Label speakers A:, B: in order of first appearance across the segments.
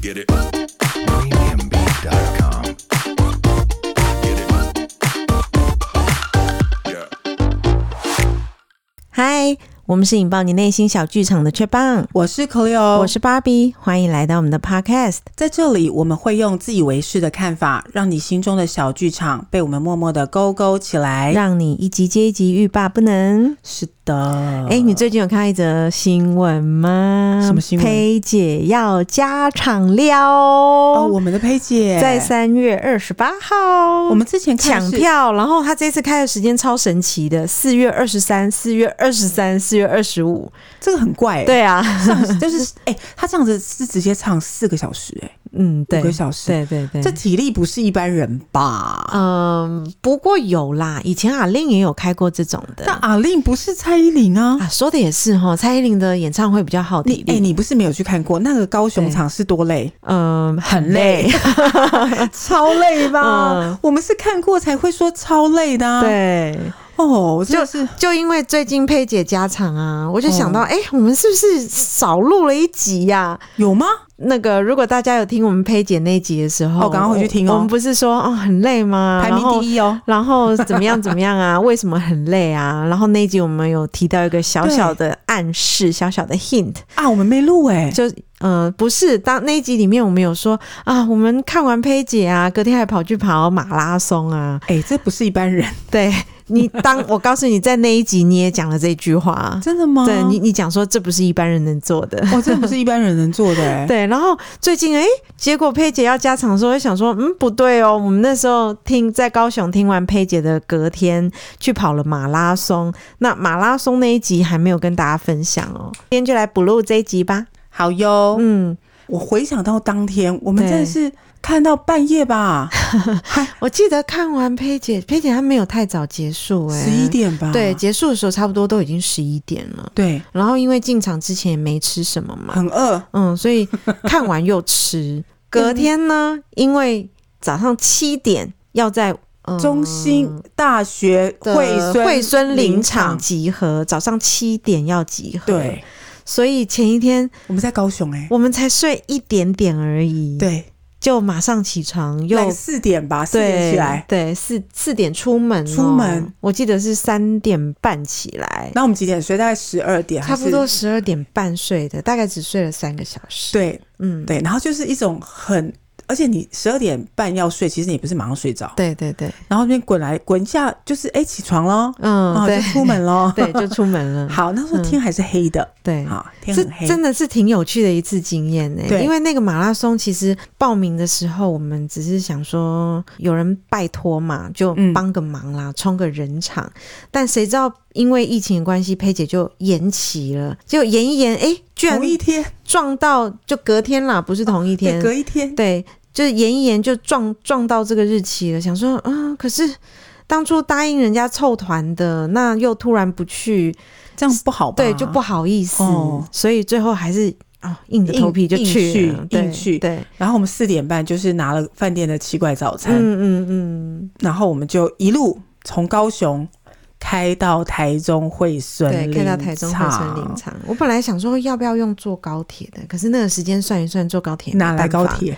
A: Get it. Premiumbeat.com. Get it. Yeah.
B: 嗨，我们是引爆你内心小剧场的雀棒，
C: 我是 Cleo，
B: 我是芭比，欢迎来到我们的 Podcast。
C: 在这里，我们会用自以为是的看法，让你心中的小剧场被我们默默的勾勾起来。
B: 让你一集接一集欲罢不能。
C: 是的，
B: 哎、你最近有看到一则新闻吗？
C: 什么新闻
B: 裴姐要加场料，
C: 哦，我们的佩姐
B: 在，三月二十八号。
C: 我们之前看
B: 抢
C: 是，
B: 票，然后他这次开的时间超神奇的，四月二十三、四月二十三、四月二十五。
C: 这个很怪、欸，，
B: 对啊，
C: 上就是哎、他这样子是直接唱四个小时、欸，
B: 嗯，对
C: 哎，五个，小时，
B: 对对对，
C: 这体力不是一般人吧？
B: 嗯，不过有啦，以前阿令也有开过这种的。
C: 但阿令不是蔡依林啊。
B: 啊，说的也是哈，蔡依林的演唱会比较耗
C: 你
B: 体
C: 哎、
B: 力，
C: 你不是没有去看过那个高雄
B: 对
C: 场是多 累，
B: 嗯、很累
C: 累，超累吧？
B: 嗯
C: 我们是看过才会说超累的、 啊。，
B: 对，
C: 哦，就
B: 就是就因为最近佩姐加场啊，我就想
C: 哦
B: 到，哎、我们是不是少录了一集呀、
C: 有吗？
B: 那个，如果大家有听我们佩姐那集的时候，
C: 哦赶快回去听哦
B: 我我们不是说哦很累吗？
C: 排名第
B: 一。
C: 一哦。
B: 然后怎么样怎么样 啊？为什么很累啊？然后那一集我们有提到一个小小的暗示，小小的 hint，
C: 啊，我们没录哎、
B: 就呃，不是，当那一集里面我们有说啊，我们看完佩姐啊，隔天还跑去跑马拉松啊。
C: 哎、这不是一般人，
B: 对你当，我告诉你，在那一集你也讲了这句话，啊
C: 真的吗？
B: 对你，你讲说这不是一般人能做的。
C: 哇，哦这不是一般人能做的 哎、
B: 对，然后最近哎，结果佩姐要加场的时候，我就想说，嗯，不对哦，我们那时候听在高雄听完佩姐的，隔天去跑了马拉松。那马拉松那一集还没有跟大家分享哦，今天就来补录这一集吧。
C: 好哟、
B: 嗯，
C: 我回想到当天，我们
B: 对
C: 真的是看到半夜吧，
B: 我记得看完佩姐，佩姐她没有太早结束、哎，
C: 十一、点啊吧。
B: 对，结束的时候差不多都已经十一点了。
C: 对，
B: 然后因为进场之前也没吃什么嘛，
C: 很饿。
B: 嗯，所以看完又 吃。隔天呢，因为早上七点要在、呃
C: 中心大学
B: 的
C: 惠孙
B: 惠孙林
C: 林
B: 场集合，早上七点要集合。，
C: 对，
B: 所以前一天
C: 我们在高雄哎、
B: 我们才睡一点点而已，，
C: 对，
B: 就马上起床又
C: 来。四点吧，四点
B: 对
C: 起来，。
B: 对，四四点出门哦、
C: 出门
B: 我记得是三点半起来，
C: 那我们几点睡？大概十二点，
B: 差不多。十二点半睡的，大概只睡了三个小时。，
C: 对
B: 嗯，
C: 对，然后就是一种很，而且你十二点半要睡，其实你也不是马上睡着，
B: 对对对，
C: 然后那边滚来滚下，就是哎、起床喽，
B: 嗯，
C: 啊
B: 对
C: 就出门喽。
B: 对，就出门了。
C: 好，那时候天还是黑的，
B: 对，
C: 啊，天
B: 这
C: 很黑，
B: 真的是挺有趣的一次经验呢、
C: 对
B: 因为那个马拉松其实报名的时候，我们只是想说有人拜托嘛，就
C: 嗯
B: 帮个忙啦，冲个人场。但谁知道因为疫情的关系，佩姐就延期了，就延一延，哎、居然
C: 同一天，
B: 撞到就隔天啦，不是同一天，
C: 对，隔一天，
B: 对，就是延一延就撞撞到这个日期了，想说啊、可是当初答应人家凑团的，那又突然不去，
C: 这样不好吧？
B: 对，就不。好意思，
C: 哦
B: 所以最后还是哦，硬着头皮就
C: 硬
B: 去了，
C: 硬去
B: 对
C: 硬去
B: 对，
C: 然后我们四点半就是拿了饭店的奇怪早餐，
B: 嗯嗯嗯，
C: 然后我们就一路从高雄开到台中惠孙
B: 对，
C: 林
B: 开到台中惠
C: 场
B: 村林场，我本来想说要不要用坐高铁的，可是那个时间算一算，坐高铁也没
C: 哪来
B: 办
C: 高
B: 法？
C: 铁？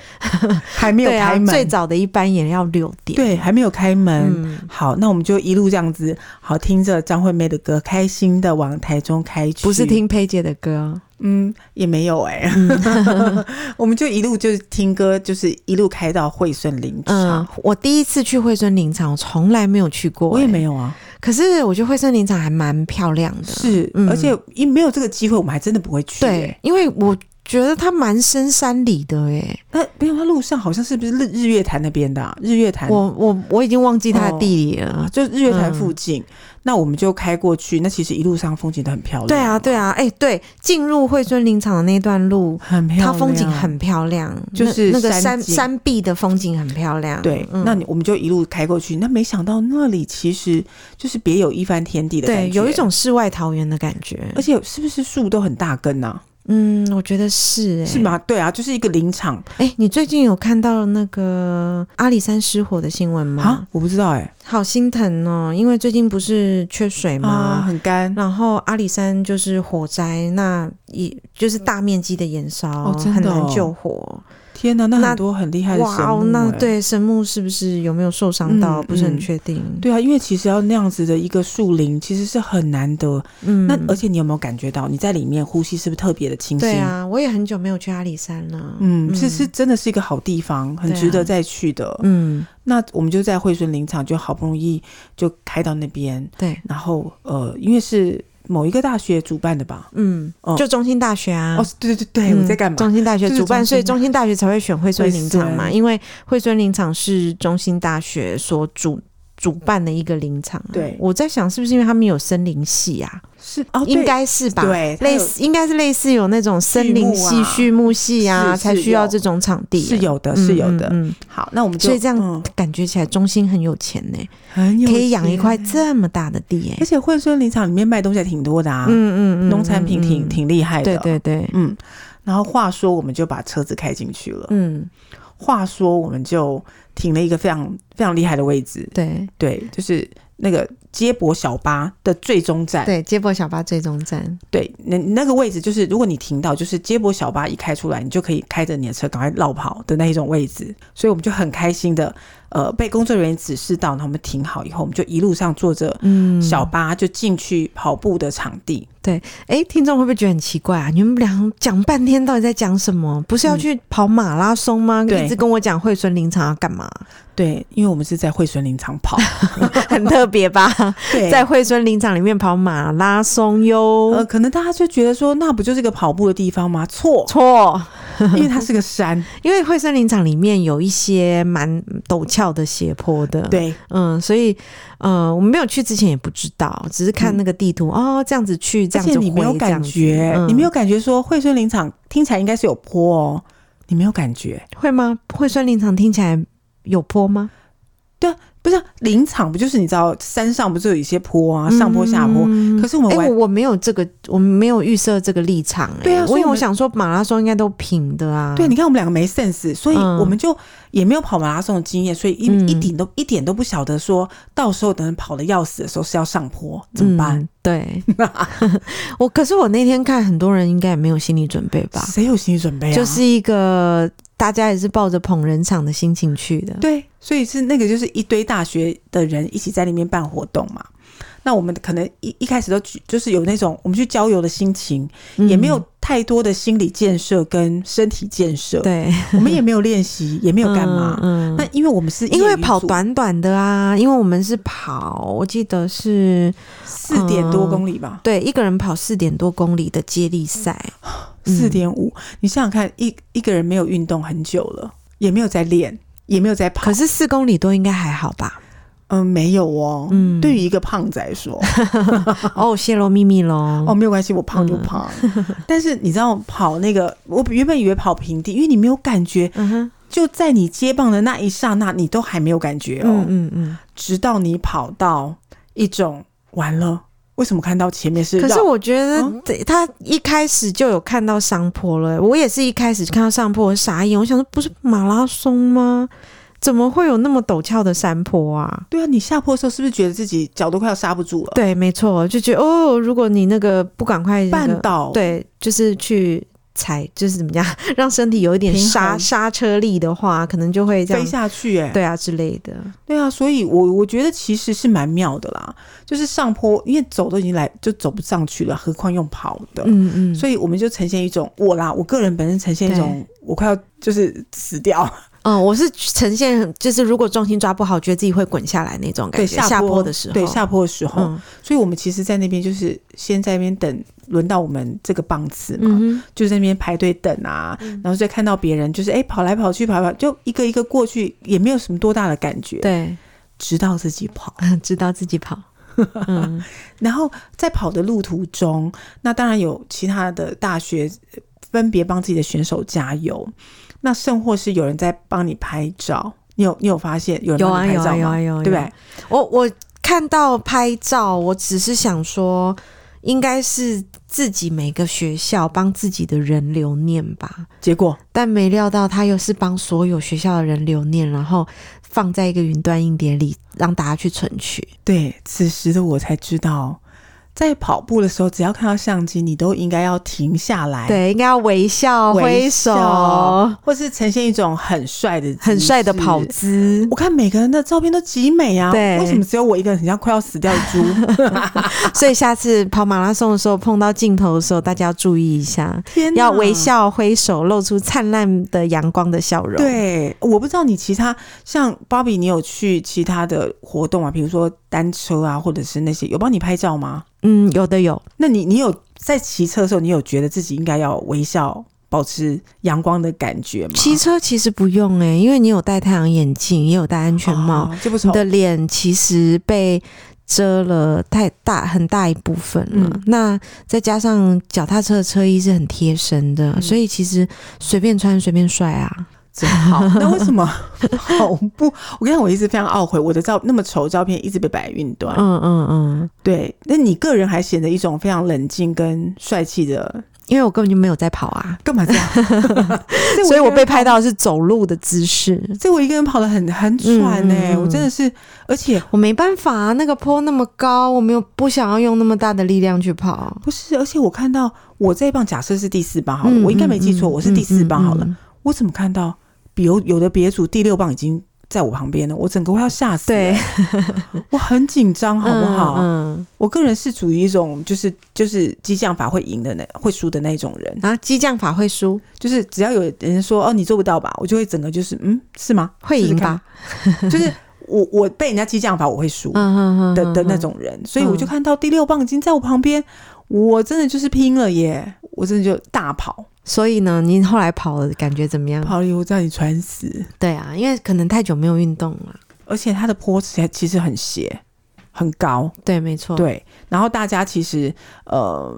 C: 还没有
B: 对啊
C: 开，门，
B: 最早的一班也要六点，
C: 对，还没有开门。
B: 嗯，
C: 好，那我们就一路这样子，好听着张惠妹的歌，开心的往台中开去。
B: 不是，听佩姐的歌，
C: 嗯，也没有哎、
B: 欸
C: 我们就一路就是听歌，就是一路开到惠顺林场。
B: 嗯，我第一次去惠村林场，我从来没有去过、
C: 我也
B: 欸
C: 没有啊，
B: 可是我觉得惠森林场还蛮漂亮的，
C: 是，
B: 嗯
C: 而且因没有这个机会，我们还真的不会去、
B: 对
C: 欸。，
B: 因为我觉得它蛮深山里的欸诶、
C: 那没有，它路上好像是不是日日月潭那边的、啊？日月潭，
B: 我嗯我我已经忘记它的地理了。
C: 就日月潭附近。那我们就开过去，那其实一路上风景都很漂亮。
B: 对啊，，对啊，哎、对，进入惠村林场的那段路，
C: 很漂
B: 它
C: 亮，啊
B: 风景很漂亮，
C: 就是
B: 那那个
C: 山
B: 山
C: 景
B: 山壁的风景很漂亮。
C: 对，那你我们就一路开过去，那没想到那里其实就是别有一番天地的感
B: 对，
C: 觉，
B: 有一，种世外桃源的感觉
C: 而。且是不是树都很大根呐、啊
B: 嗯，我觉得是、欸，
C: 是？吗？对啊，就是一个林场
B: 哎、你最近有看到那个阿里山失火的新闻吗
C: 啊？，我不知道哎、
B: 好心疼哦，因为最近不是缺水吗？
C: 啊，很干
B: 然后阿里山就是火灾，那也就是大面积的燃烧，
C: 哦真的
B: 很难
C: 哦
B: 救火。
C: 天哪，那
B: 那
C: 很多很厉害的神
B: 哇哦
C: 木，
B: 那
C: 欸
B: 对神木是不是有没有受伤到？
C: 嗯
B: 不是很
C: 嗯
B: 确定。
C: 对啊，因为其实要那样子的一个树林，其实是很难得。
B: 嗯
C: 那而且你有没有感觉到你在里面呼吸是不是特别的清新？
B: 对啊，我也很久没有去阿里山了。
C: 嗯，这是真的是一个好地方，很
B: 对啊
C: 值得再去的。
B: 嗯，
C: 那我们就在惠顺林场，就好不容易就开到那边，
B: 对，
C: 然后呃，因为是某一个大学主办的吧？
B: 嗯
C: 哦，
B: 就中心大学啊。
C: 哦，对对对，
B: 嗯
C: 我在干嘛？
B: 中心大学
C: 就是
B: 主办，
C: 中心
B: 所以中心大学才会选惠孙林场嘛，
C: 惠孙
B: 因为惠孙林场是中心大学所主主办的一个林场、啊。
C: 对
B: 我在想是不是因为他们有森林系啊？
C: 是哦，对
B: 应该是吧？
C: 对它有
B: 类似应该是类似有那种森林系、
C: 畜
B: 畜牧系啊，
C: 是是
B: 才需要这种场地、
C: 是有的，
B: 嗯，
C: 是有的。
B: 嗯嗯
C: 好，那我们就
B: 所以这样
C: 嗯
B: 感觉起来中心很有钱呢、
C: 很有
B: 可以养一
C: 钱
B: 块这么大的地耶、
C: 而且惠顺林场里面卖东西还挺多的啊，
B: 嗯
C: 农产品挺、挺厉害的。
B: 对对对，
C: 嗯，然后话说，我们就把车子开进去了。
B: 嗯
C: 话说，我们就停了一个非常非常厉害的位置，
B: 对
C: 对，就是那个接驳小巴的最终站。
B: 对，接驳小巴最终站，
C: 对，那那个位置就是，如果你停到，就是接驳小巴一开出来，你就可以开着你的车赶快绕跑的那一种位置。所以我们就很开心的，呃，被工作人员指示到，然后我们停好以后，我们就一路上坐着
B: 嗯，
C: 小巴就进去跑步的场地。
B: 哎、听众会不会觉得很奇怪啊？你们俩讲半天到底在讲什么？不是要去跑马拉松吗？
C: 嗯对
B: 一直跟我讲惠孙林场要干 嘛？
C: 对，因为我们是在惠水林场 跑，
B: 很特别吧？
C: 对，
B: 在惠孙林场里面跑马拉松哟。，
C: 呃，可能大家就觉得说，那不就是一个跑步的地方吗？错
B: 错，
C: 因为它是个山，
B: 因为惠森林场里面有一些蛮陡峭的斜坡的，，
C: 对，
B: 嗯，所以呃，我们没有去之前也不知道，只是看那个地图，哦，这样子去，这
C: 嗯而
B: 样子
C: 且
B: 回，
C: 你没有
B: 这样
C: 感
B: 子
C: 觉，
B: 嗯
C: 你没有感觉说惠顺林场听起来应该是有坡哦，你没有感觉，
B: 会吗？惠森林场听起来有坡吗？
C: 不是啊林场不就是你知道山上不是有一些坡啊，上坡下坡，
B: 嗯
C: 可哦是我们
B: 哎、
C: 完、
B: 我我没有这个，我没有预设这个立场、哎
C: 对啊
B: 我
C: 所以
B: 因为
C: 我
B: 我
C: 们
B: 想说马拉松应该都平的啊，
C: 对，你看我们两个没 sense，所以
B: 嗯
C: 我们就也没有跑马拉松的经验，所以一、
B: 嗯
C: 一点都一点都不晓得说到时候等跑的要死的时候是要上坡怎么办？
B: 嗯对， 我可是我那天看很多人应该也没有心理准备吧，
C: 谁有心理准备啊？
B: 就是一个大家也是抱着捧人场的心情去的。
C: 对，所以是那个就是一堆大学的人一起在那边办活动嘛。那我们可能一一开始都举就是有那种我们去郊游的心情，
B: 嗯
C: 也没有太多的心理建设跟身体建设，
B: 对，
C: 我们也没有练习，也没有干嘛。
B: 嗯，
C: 那因为我们是
B: 因为跑短短的啊，因为我们是跑，我记得是
C: 四点多
B: 嗯
C: 公里吧，
B: 对一个人跑四点多公里的接力赛，
C: 哦
B: 嗯
C: 四点五，你想想看，一一个人没有运动很久了，也没有在练，也没有在跑
B: 可，是四公里多应该还好吧？
C: 嗯，没有哦。
B: 嗯，
C: 对于一个胖仔来说，
B: 哦，泄露秘密喽。
C: 哦，没有关系，我胖就胖。
B: 嗯
C: 但是你知道跑那个，我原本以为跑平地，因为你没有感觉，
B: 嗯哼，
C: 就在你接棒的那一刹那，你都还没有感觉哦，
B: 嗯嗯嗯。
C: 直到你跑到一种完了，为什么看到前面是
B: 可
C: 绕？
B: 是我觉
C: 嗯
B: 得他一开始就有看到上坡了，欸我也是一开始看到上坡我傻眼，我想说不是马拉松吗？怎么会有那么陡峭的山坡啊？
C: 对啊，你下坡的时候是不是觉得自己脚都快要刹不住了？
B: 对，没错，就觉得哦，如果你那个不赶快、那个
C: 绊倒，，
B: 对，就是去踩，就是怎么样， 让身体有一点
C: 平衡
B: 刹刹车力的话，可能就会这
C: 飞
B: 样，
C: 下去、欸，哎，
B: 对啊之类的。
C: 对啊，所以我我觉得其实是蛮妙的啦，就是上坡，因为走都已经来就走不上去了，何况用跑的，
B: 嗯嗯，
C: 呃所以我们就呈现一种我啦，我个人本身呈现一种我快要就是死掉，
B: 嗯，我是呈现就是如果重心抓不好，觉得自己会滚下来那种感
C: 对
B: 觉，下坡的时候，
C: 对下坡的时候，
B: 嗯
C: 所以我们其实，在那边就是先在那边等，轮到我们这个棒次嘛，
B: 嗯哼嗯
C: 就在那边排队等啊，然后再看到别人就是哎、跑来跑去跑来跑，就一个一个过去，也没有什么多大的感觉，
B: 对，
C: 直到自己跑，
B: 知道自己跑， 嗯，
C: 然后在跑的路途中，那当然有其他的大学呃分别帮自己的选手加油，那甚或是有人在帮你拍照。你有你有发现有人
B: 有
C: 帮
B: 啊
C: 你拍
B: 有
C: 照
B: 啊
C: 吗？
B: 有啊有啊，
C: 对不对？
B: 我我看到拍照，我只是想说。应该是自己每个学校帮自己的人留念吧。
C: 结果
B: 但没料到他又是帮所有学校的人留念，然后放在一个云端硬碟里，让大家去存取。
C: 对，此时的我才知道，在跑步的时候，只要看到相机，你都应该要停下来，，
B: 对，应该要微笑、挥
C: 哎微
B: 手，
C: 笑或是呈现一种很帅的、
B: 很帅的跑
C: 姿势。
B: 姿。
C: 我看每个人的照片都极美啊，
B: 对
C: 为什么只有我一个人很像快要死掉的猪？
B: 所以下次跑马拉松的时候碰到镜头的时候，大家要注意一下，
C: 天哪
B: 要微。笑、挥手，露出灿烂的阳光的笑容。，
C: 对，我不知道你其他像芭比，你有去其他的活动啊，比如说单车啊，或者是那些有帮你拍照吗？
B: 嗯，有的有。
C: 那你你有在骑车的时候，你有觉得自己应该要微笑，保持阳光的感觉吗？
B: 骑车其实不用诶、因为你有戴太阳眼镜，也有戴安全帽，
C: 哦就不
B: 你
C: 丑
B: 的脸其实被遮了太大很大一部分了。
C: 嗯
B: 那再加上脚踏车的车衣是很贴身的，
C: 嗯
B: 所以其实随便穿随便帅啊。
C: 真好。那为什么 跑步？我跟你讲，我一直非常懊悔，我的照那么丑的照片一直被摆云端。
B: 嗯嗯嗯，
C: 对，那你个人还显得一种非常冷静跟帅气的，
B: 因为我根本就没有在跑啊，
C: 干嘛 这样？所
B: 所以我被拍到的是走路的姿势。
C: 所以我一个人跑得很很喘呢、
B: 嗯嗯嗯
C: 我真的是，而且
B: 我没办法、啊，那个坡那么高，我没有不想要用那么大的力量去跑。
C: 不是，而且我看到我这一棒，假设是第四棒好了，
B: 嗯
C: 我应该没记错，
B: 嗯
C: 我是第四棒好了。
B: 嗯嗯嗯
C: 我怎么看到比有有的别组第六棒已经在我旁边了？我整个快要吓死、
B: 对，，
C: 我很紧张，好不好？
B: 嗯，
C: 我个人是处于一种就是就是激将法会赢的那会输的那种人，
B: 然后激将法会输，
C: 就是只要有人说哦你做不到吧，我就会整个就是嗯是吗？
B: 会赢吧？
C: 试试看？ 就是我我被人家激将法我会输的、
B: 嗯嗯嗯嗯
C: 的
B: 嗯
C: 那种人，所以我就看到第六棒已经在我旁边，我真的就是拼了耶！我真的就大跑，
B: 所以呢，您后来跑的感觉怎么样？
C: 跑了以后让你喘死，
B: 对啊，因为可能太久没有运动了。
C: 而且它的坡其实其实很斜，很高，
B: 对，没错。，
C: 对，然后大家其实呃，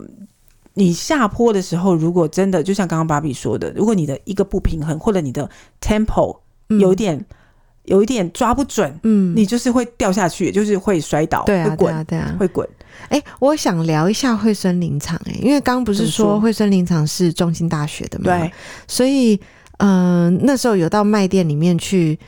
C: 你下坡的时候，如果真的就像刚刚芭比说的，如果你的一个不平衡或者你的 tempo
B: 嗯
C: 有一点、有一点抓不准，
B: 嗯，
C: 你就是会掉下去，就是会摔倒，
B: 对啊，对
C: 会滚，
B: 啊，对啊。
C: 会滚。
B: 哎、我想聊一下惠森林场、哎，因为刚刚不是
C: 怎么
B: 说
C: 说
B: 惠森林场是中兴大学的嘛？
C: 对，，
B: 所以，嗯、那时候有到卖店里面去，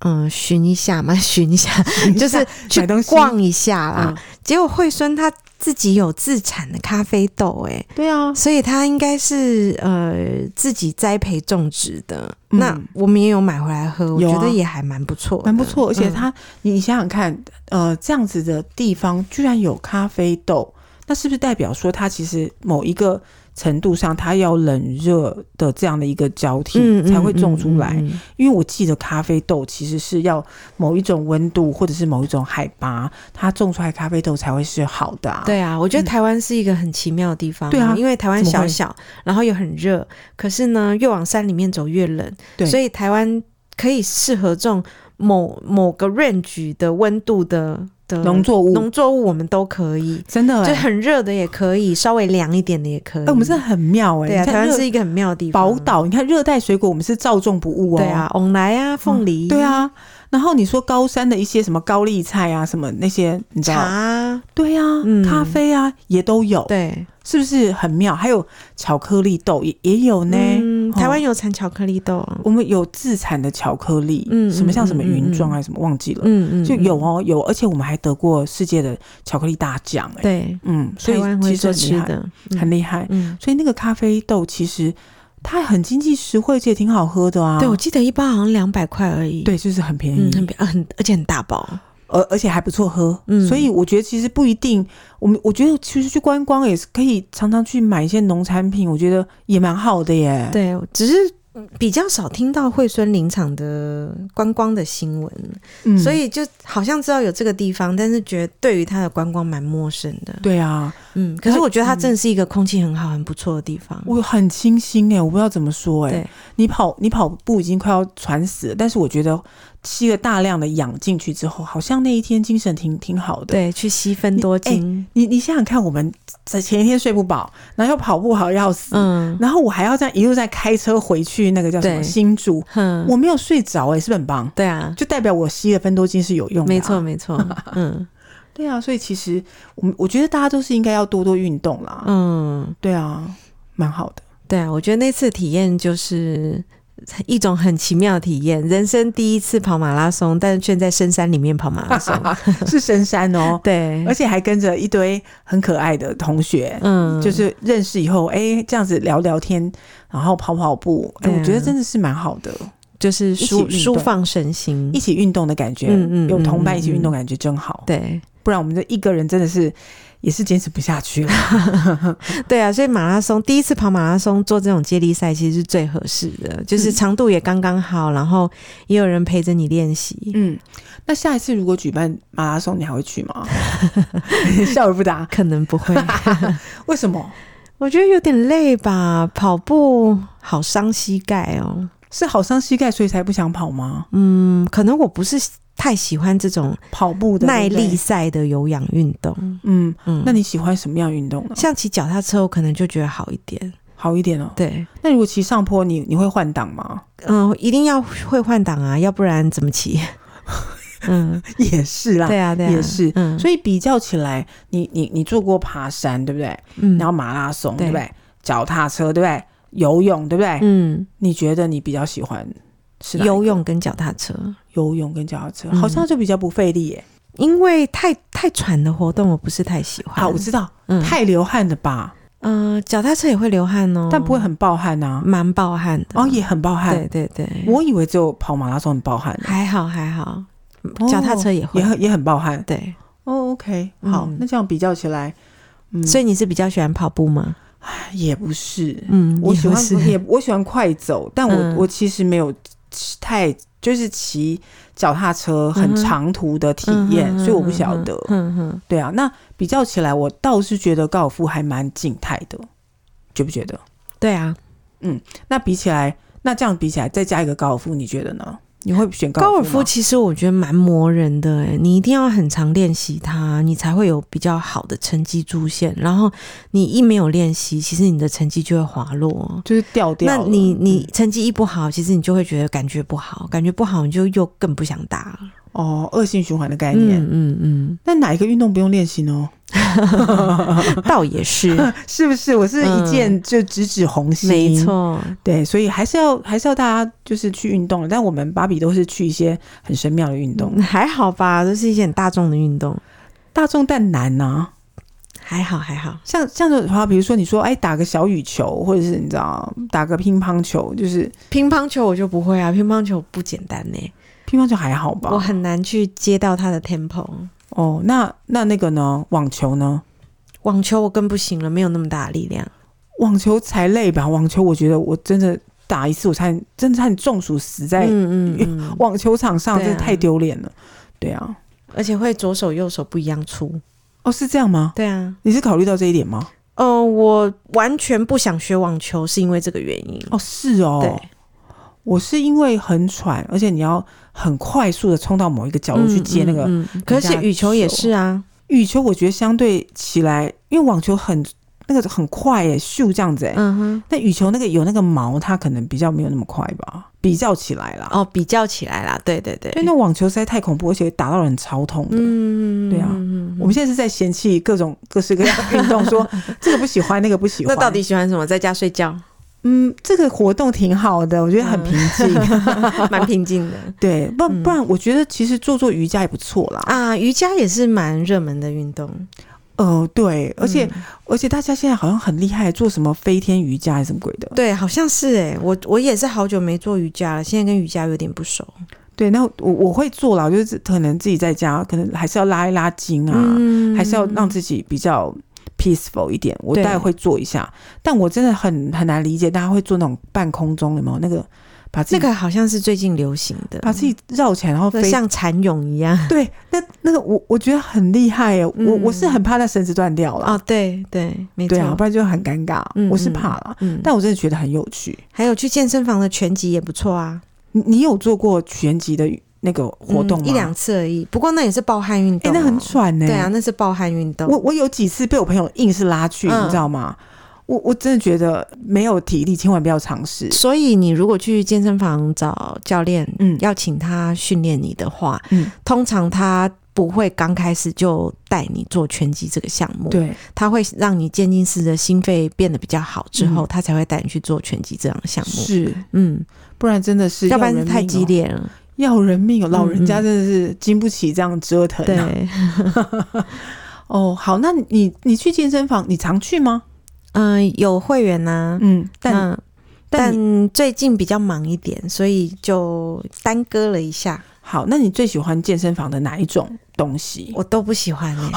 B: 嗯、寻一下 嘛，寻一下， 就是去
C: 买东西
B: 逛啊一下啦。
C: 嗯
B: 结果惠森他自己有自产的咖啡豆、哎，
C: 对啊，
B: 所以它应该是呃自己栽培种植的。
C: 嗯
B: 那我们也有买回来喝，我
C: 有啊
B: 觉得也还蛮不错的，
C: 蛮不错。而且
B: 嗯
C: 它，你想想看，呃，这样子的地方居然有咖啡豆，那是不是代表说它其实某一个程度上，它要冷热的这样的一个交替、才会种出来？
B: 嗯嗯嗯嗯
C: 因为我记得咖啡豆其实是要某一种温度或者是某一种海拔，它种出来咖啡豆才会是好的、啊。，
B: 对啊，我觉得台湾是一个很奇妙的地方、
C: 对啊
B: 因为台湾
C: 怎么
B: 小
C: 会
B: 小，然后又很热，可是呢，越往山里面走越冷，
C: 对
B: 所以台湾可以适合种某某个 range 的温度的的
C: 农作物
B: 农作物，我们都可以，
C: 真的、欸，
B: 就很热的也可以，稍微凉一点的也可以。
C: 哎、我们真的很妙哎、
B: 对啊，
C: 你
B: 台
C: 看
B: 湾
C: 热
B: 是一个很妙的地方。
C: 宝岛，你看热带水果我们是照种不误哦。
B: 对啊，翁来啊，凤梨、
C: 对，啊，然后你说高山的一些什么高丽菜啊，什么那些，你知
B: 茶
C: 道？
B: 啊，
C: 对啊，
B: 嗯
C: 咖啡啊也都有，
B: 对，
C: 是不是很妙？还有巧克力豆也也有呢。
B: 嗯，台湾
C: 哦
B: 有产巧克力豆啊，
C: 我们有自产的巧克力，
B: 嗯
C: 什么像什么
B: 嗯嗯嗯
C: 云庄还是什么忘记了，
B: 嗯嗯，
C: 就
B: 嗯
C: 有，哦有，而且我们还得过世界的巧克力大奖哎、
B: 对，
C: 嗯，所
B: 台
C: 以
B: 湾
C: 其
B: 会
C: 实
B: 做
C: 很厉
B: 吃
C: 害，
B: 的，
C: 很厉害。
B: 嗯，
C: 所以那个咖啡豆其实它很经济实惠，而且挺好喝的啊。
B: 嗯对，我记得一包好像两百块而已，，
C: 对，就是很便宜
B: 嗯，，很便呃很，而且很大包，
C: 而而且还不错喝，
B: 嗯
C: 所以我觉得其实不一定，我们我觉得其实去观光也是可以常常去买一些农产品，我觉得也蛮好的耶。
B: 对，只是。比较少听到惠孙林场的观光的新闻，
C: 嗯
B: 所以就好像知道有这个地方，但是觉得对于它的观光蛮陌生的。
C: 对啊，
B: 嗯，可是我觉得它真的是一个空气很好、很不错的地方。
C: 我很清新哎，我不知道怎么说哎
B: 对。
C: 你跑你跑步已经快要喘死了，但是我觉得吸了大量的氧进去之后，好像那一天精神挺挺好的。
B: 对，去吸分
C: 你
B: 多
C: 哎
B: 精，
C: 你你想想看，我们在前一天睡不饱，然后又跑步好要死，
B: 嗯
C: 然后我还要这样一路在开车回去那个叫什么
B: 对嗯
C: 新竹，
B: 哼，
C: 我没有睡着哎，是不是很棒？
B: 对啊，
C: 就代表我吸的芬多精是有用的、啊
B: 没错，没错，嗯，
C: 对啊，所以其实我们我觉得大家都是应该要多多运动啦。
B: 嗯，
C: 对啊，蛮好 的。
B: 对啊，我觉得那次体验就是一种很奇妙的体验，人生第一次跑马拉松，但是却在深山里面跑马拉 松。
C: 是深山哦，
B: 对，
C: 而且还跟着一堆很可爱的同学，
B: 嗯，
C: 就是认识以后，哎、这样子聊聊天，然后跑跑步，哎、
B: 对啊
C: 我觉得真的是蛮好的，
B: 就是
C: 一
B: 舒
C: 起运
B: 舒
C: 动
B: 放身心
C: 一。起运动的感觉，
B: 嗯嗯
C: 有同伴
B: 嗯
C: 一起运动感觉真好，
B: 对
C: 不然我们这一个人真的是也是坚持不 下去了。
B: 对啊，所以马拉松第一次跑马拉松做这种接力赛其实是最合适的，
C: 嗯
B: 就是长度也刚刚好，然后也有人陪着你练习。
C: 嗯，那下一次如果举办马拉松，你还会去 吗？ 笑而不答，
B: 可能不 会，
C: 为什么？
B: 我觉得有点累吧，跑步好伤膝盖哦。
C: 是好伤膝盖，所以才不想跑吗？
B: 嗯，可能我不是太喜欢这种
C: 跑步的
B: 耐
C: 对不对
B: 力，赛的有氧运动。
C: 嗯，
B: 嗯，
C: 那你喜欢什么样的运动呢？
B: 像骑脚踏车，我可能就觉得好一点。
C: 好一点哦。
B: 对，
C: 那如果骑上坡，你你会换挡吗？
B: 嗯、一定要会换挡啊，要不然怎么骑？嗯，
C: 也是啦，
B: 对啊，对啊，
C: 也是。
B: 嗯，
C: 所以比较起来，你你你做过爬山，对不对？
B: 嗯
C: 然后马拉松，
B: 对
C: 对不对？脚踏车，对不对？游泳，对不对？
B: 嗯，
C: 你觉得你比较喜欢是哪一个
B: 游泳跟脚踏车，
C: 游泳跟脚踏车，
B: 嗯
C: 好像就比较不费力耶。
B: 因为太太喘的活动我不是太喜欢。
C: 啊，我知道，
B: 嗯，
C: 太流汗的吧，
B: 嗯，脚、踏车也会流汗哦，
C: 但不会很暴汗啊。
B: 蛮暴汗的。
C: 哦，也很暴汗。
B: 对对对，
C: 我以为只有跑马拉松很暴汗，
B: 还好还好，
C: 哦
B: 脚踏车也会。
C: 也很也很暴汗。
B: 对，
C: 哦，OK，好
B: 嗯，
C: 那这样比较起来，嗯，
B: 所以你是比较喜欢跑步吗？
C: 也不是，
B: 嗯，
C: 我
B: 你
C: 喜
B: 不
C: 欢
B: 是
C: 也我喜欢快走，但我、
B: 嗯
C: 我其实没有骑太就是骑脚踏车
B: 嗯
C: 很
B: 哼
C: 长途的体验，所以我不晓得。
B: 嗯哼，
C: 对啊，那比较起来，我倒是觉得高尔夫还蛮静态的，觉不觉得？
B: 对啊，
C: 那比起来，那这样比起来，再加一个高尔夫，你觉得呢？你会选
B: 高
C: 尔
B: 尔夫
C: 吗
B: 其实我觉得蛮磨人的哎、你一定要很常练习它，你才会有比较好的成绩出现。然后你一没有练习，其实你的成绩就会滑落。
C: 就是掉掉
B: 那
C: 了。嗯
B: 你你成绩一不好，其实你就会觉得感觉不好，感觉不好你就又更不想打了。
C: 哦，恶性循环的概念。
B: 嗯嗯嗯，
C: 那哪一个运动不用练习呢？
B: 倒也是，
C: 是不是？我是一见就直指红心，
B: 嗯没错，
C: 对，所以还是要还是要大家就是去运动，但我们芭比都是去一些很神妙的运动，
B: 还好吧，都是一些很大众的运动，
C: 大众但难呐、
B: 还好还好。
C: 像像的话，比如说你说哎打个小羽球，或者是你知道打个乒乓球，就是
B: 乒乓球我就不会啊，乒乓球不简单呢、
C: 乒乓球还好
B: 我
C: 吧？
B: 很难去接到他的 tempo。
C: 哦，那那那个呢？网球呢？
B: 网球我更不行了，没有那么大的力量。
C: 网球才累吧？网球我觉得我真的打一次我差点真的差点中暑死在
B: 嗯嗯 嗯，
C: 网球场上，
B: 对啊
C: 真的太丢脸了。对啊，
B: 而且会左手右手不一样粗。
C: 哦是这样吗？
B: 对啊，
C: 你是考虑到这一点吗？
B: 嗯、我完全不想学网球，是因为这个原因。
C: 哦是哦，
B: 对，
C: 我是因为很喘，而且你要很快速的冲到某一个角落去接那个、
B: 嗯嗯嗯可是羽球也是啊，
C: 羽球，我觉得相对起来，因为网球很那个很快耶，咻这样子哎。
B: 嗯哼，
C: 那、羽球那个有那个毛，它可能比较没有那么快吧，比较起来啦。
B: 哦，比较起来啦，对对对，
C: 因为那网球实在太恐怖，而且打到人超痛的。
B: 嗯，
C: 对啊
B: 嗯嗯嗯
C: 我们现在是在嫌弃各种各式各样的运动， 说这个不喜欢，那个不喜
B: 那
C: 欢。
B: 到底喜欢什么？在家睡觉，
C: 嗯，这个活动挺好的，我觉得很平静。
B: 嗯蛮平静的
C: 对，不
B: 嗯
C: 不然，我觉得其实做做瑜伽也不错啦。
B: 啊。瑜伽也是蛮热门的运动，
C: 呃，对，而且、
B: 嗯
C: 而且大家现在好像很厉害，做什么飞天瑜伽还是什么鬼的。
B: 对，好像是哎、我我也是好久没做瑜伽了，现在跟瑜伽有点不熟。
C: 对，那我我会做啦，我就是可能自己在家，可能还是要拉一拉筋啊，
B: 嗯
C: 还是要让自己比较 peaceful 一点。我
B: 对
C: 大概会做一下，但我真的很很难理解大家会做那种半空中的嘛，那个把自己、
B: 那个好像是最近流行的，
C: 把自己绕起来，然后
B: 对
C: 飞。
B: 像蚕蛹一 样。
C: 对，那那个我我觉得很厉害耶，我
B: 嗯
C: 我是很怕那绳子断掉了。
B: 哦，对对，没错。
C: 对啊，不然就很尴尬。
B: 嗯
C: 我是
B: 嗯
C: 怕啦，
B: 嗯，
C: 但我真的觉得很有趣。
B: 还有去健身房的拳击也不错啊，
C: 你你有做过拳击的那个活动吗？
B: 嗯一两次而已。不过那也是暴汗运
C: 哎、
B: 动、哦，
C: 那很喘呢、
B: 对啊，那是暴汗运动。
C: 我我有几次被我朋友硬是拉去，
B: 嗯
C: 你知道吗？我我真的觉得没有体力，千万不要尝试。
B: 所以你如果去健身房找教练，
C: 嗯
B: 要请他训练你的话，
C: 嗯
B: 通常他不会刚开始就带你做拳击这个项目，，
C: 对，啊
B: 他会让你渐进式的心肺变得比较好之后，
C: 嗯
B: 他才会带你去做拳击这样的项目。
C: 是，
B: 嗯，
C: 不然真的是
B: 要不然
C: 人
B: 是太
C: 命
B: 激
C: 哦，
B: 烈了。
C: 要人命哦，老人
B: 嗯
C: 家
B: 嗯
C: 真的是经不起这样折腾、啊。
B: 对，
C: 哦，好，那你你去健身房，你常去吗？
B: 嗯、有会员呐、
C: 嗯，但
B: 那
C: 但你
B: 但最近比较忙一点，所以就耽搁了一下。
C: 好，那你最喜欢健身房的哪一种东 西？
B: 我都不喜欢 欸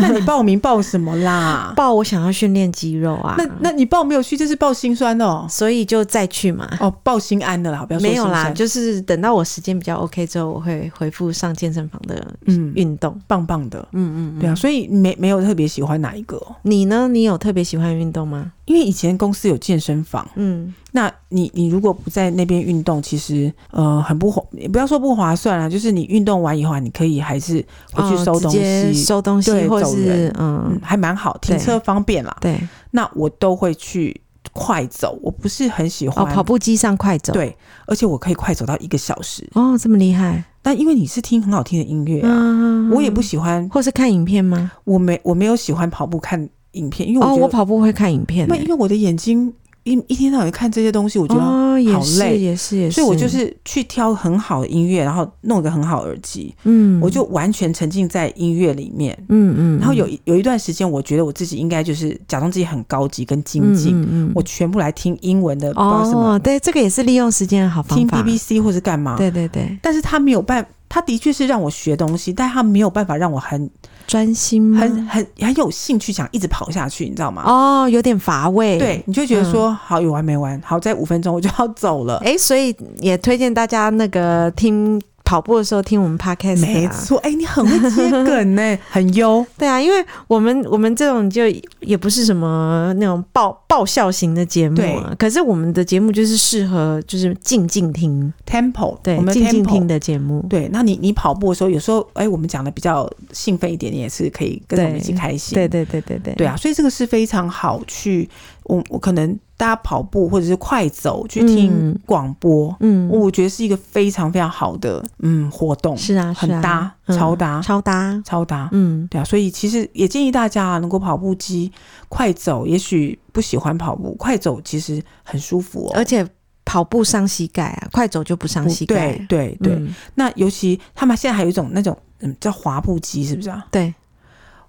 C: 那你报名报什么啦？
B: 报我想要训练肌肉啊，
C: 那那你报没有去，就是报心酸的哦。
B: 所以就再去嘛。
C: 哦，报心安的啦，不要说
B: 没有
C: 心
B: 啦，
C: 酸
B: 就是等到我时间比较 OK 之后，我会回复上健身房的
C: 嗯，
B: 运动。
C: 棒棒的，
B: 嗯嗯
C: 对啊，所以没没有特别喜欢哪一个、哦，
B: 你呢？你有特别喜欢运动吗？
C: 因为以前公司有健身房，
B: 嗯，
C: 那你你如果不在那边运动，其实呃很不划，也不要说不划算啦，就是你运动完以后啊，你可以还是回去
B: 哦
C: 收
B: 直
C: 东
B: 接
C: 西，
B: 收东西，
C: 对
B: 或
C: 走
B: 是
C: 人
B: 嗯
C: 嗯，，还蛮好，
B: 对
C: 停车方便啦。
B: 对，
C: 那我都会去快走，我不是很喜
B: 哦，
C: 欢、
B: 跑步机上快走，，
C: 对，而且我可以快走到一个小时。
B: 哦，这么厉害，
C: 但因为你是听很好听的音乐啊，
B: 嗯
C: 我也不，喜欢，
B: 或是看影片吗？我
C: 我没我没有喜欢跑步看影片，因为
B: 哦，
C: 我觉
B: 我
C: 得、
B: 跑步会看影片
C: 那
B: 欸，
C: 因为我的眼睛一一天到晚看这些东西，我觉得、
B: 哦，也
C: 好
B: 是，
C: 累
B: 也是，也是，
C: 所以我就是去挑很好的音乐，然后弄一个很好的耳机，
B: 嗯，
C: 我就完全沉浸在音乐里面。
B: 嗯嗯，
C: 然后有
B: 嗯
C: 一有一段时间，我觉得我自己应该就是假装自己很高级跟精
B: 嗯
C: 进，
B: 嗯嗯
C: 我全部来听英文的，不知道什么、
B: 哦，对，这个也是利用时间的好方
C: 听
B: 法。
C: BBC 或是干嘛。
B: 对对对，
C: 但是他没有办，他的确是让我学东西，但他没有办法让我很
B: 专心吗
C: 很很很有兴趣想一直跑下去，你知道吗？
B: 哦，有点乏味。
C: 对，，你就觉得说、好有完没完，好在五分钟我就要走了。
B: 嗯哎，所以也推荐大家那个听跑步的时候听我们 podcast 啦
C: 没啊错，哎、你很会接梗呢、 很优。
B: 对啊，因为我们我们这种就也不是什么那种爆爆笑型的节目啊，可是我们的节目就是适合就是静静听，
C: Temple，
B: 对
C: 我，们
B: 静静
C: Temple
B: 听的节目。
C: 对，那你你跑步的时候，有时候哎、我们讲的比较兴奋一点，你也是可以跟着我们一起开心。
B: 对对对对对，
C: 对啊，所以这个是非常好去，我我可能大家跑步或者是快走去听
B: 嗯
C: 广播，
B: 嗯，
C: 我觉得是一个非常非常好的嗯活动，
B: 是啊，
C: 很
B: 是啊
C: 搭，
B: 嗯
C: 超搭，
B: 超搭，
C: 超搭。
B: 嗯，
C: 对啊，所以其实也建议大家啊，能够跑步机快走，也许不喜欢跑步，快走其实很舒服哦。
B: 而且跑步伤膝盖啊，快走就不伤
C: 不
B: 膝盖。
C: 对对对，
B: 嗯
C: 那尤其他们现在还有一种那种嗯叫滑步机，是不是啊？
B: 对，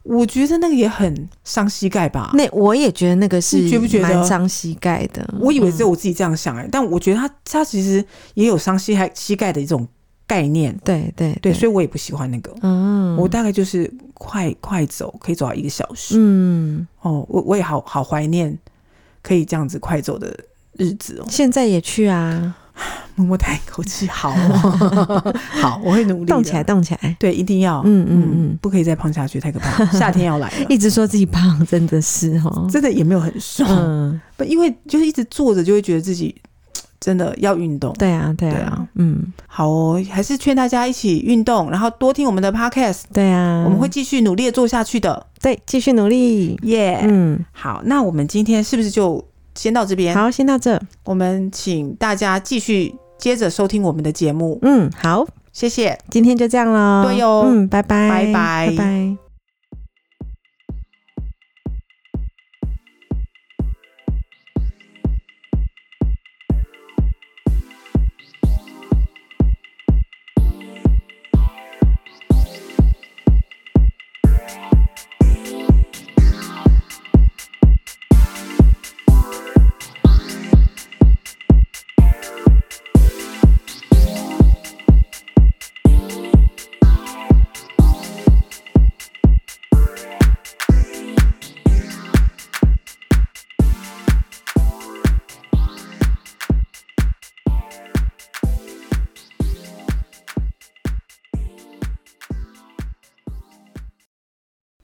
C: 我觉得那个也很伤膝盖吧。
B: 那我也觉得那个是
C: 啊你觉不觉得
B: 蛮伤膝盖的？嗯
C: 我以为只有我自己这样想哎、但我觉得它它其实也有伤膝盖膝盖的一种概念，
B: 对对
C: 对，所以我也不喜欢那个。
B: 嗯，
C: 我大概就是快快走，可以走到一个小时。
B: 嗯，
C: 哦，我我也好好怀念可以这样子快走的日子哦。
B: 现在也去啊，
C: 默默叹一口气，好、哦， 好，我会努力的
B: 动起来，，动起来。
C: 对，一定要，
B: 嗯嗯嗯
C: 不可以再胖下去，太可怕了。 夏天要来了，
B: 一直说自己胖，真的是哦。
C: 真的哦也没有很瘦，
B: 嗯，
C: 不因为就是一直坐着，就会觉得自己真的要运动。
B: 对啊，对
C: 对
B: 啊
C: 啊，
B: 嗯，
C: 好哦，还是劝大家一起运动，然后多听我们的 podcast，、
B: 对啊，
C: 我们会继续努力的做下去的，
B: 对继续努力。
C: 耶、
B: 嗯，
C: 好，那我们今天是不是就先到这边？
B: 好，先到这。
C: 我们请大家继续接着收听我们的节目，
B: 嗯，好，
C: 谢谢。
B: 今天就这样喽。
C: 对哟
B: 嗯，拜拜，
C: 拜拜
B: 拜拜。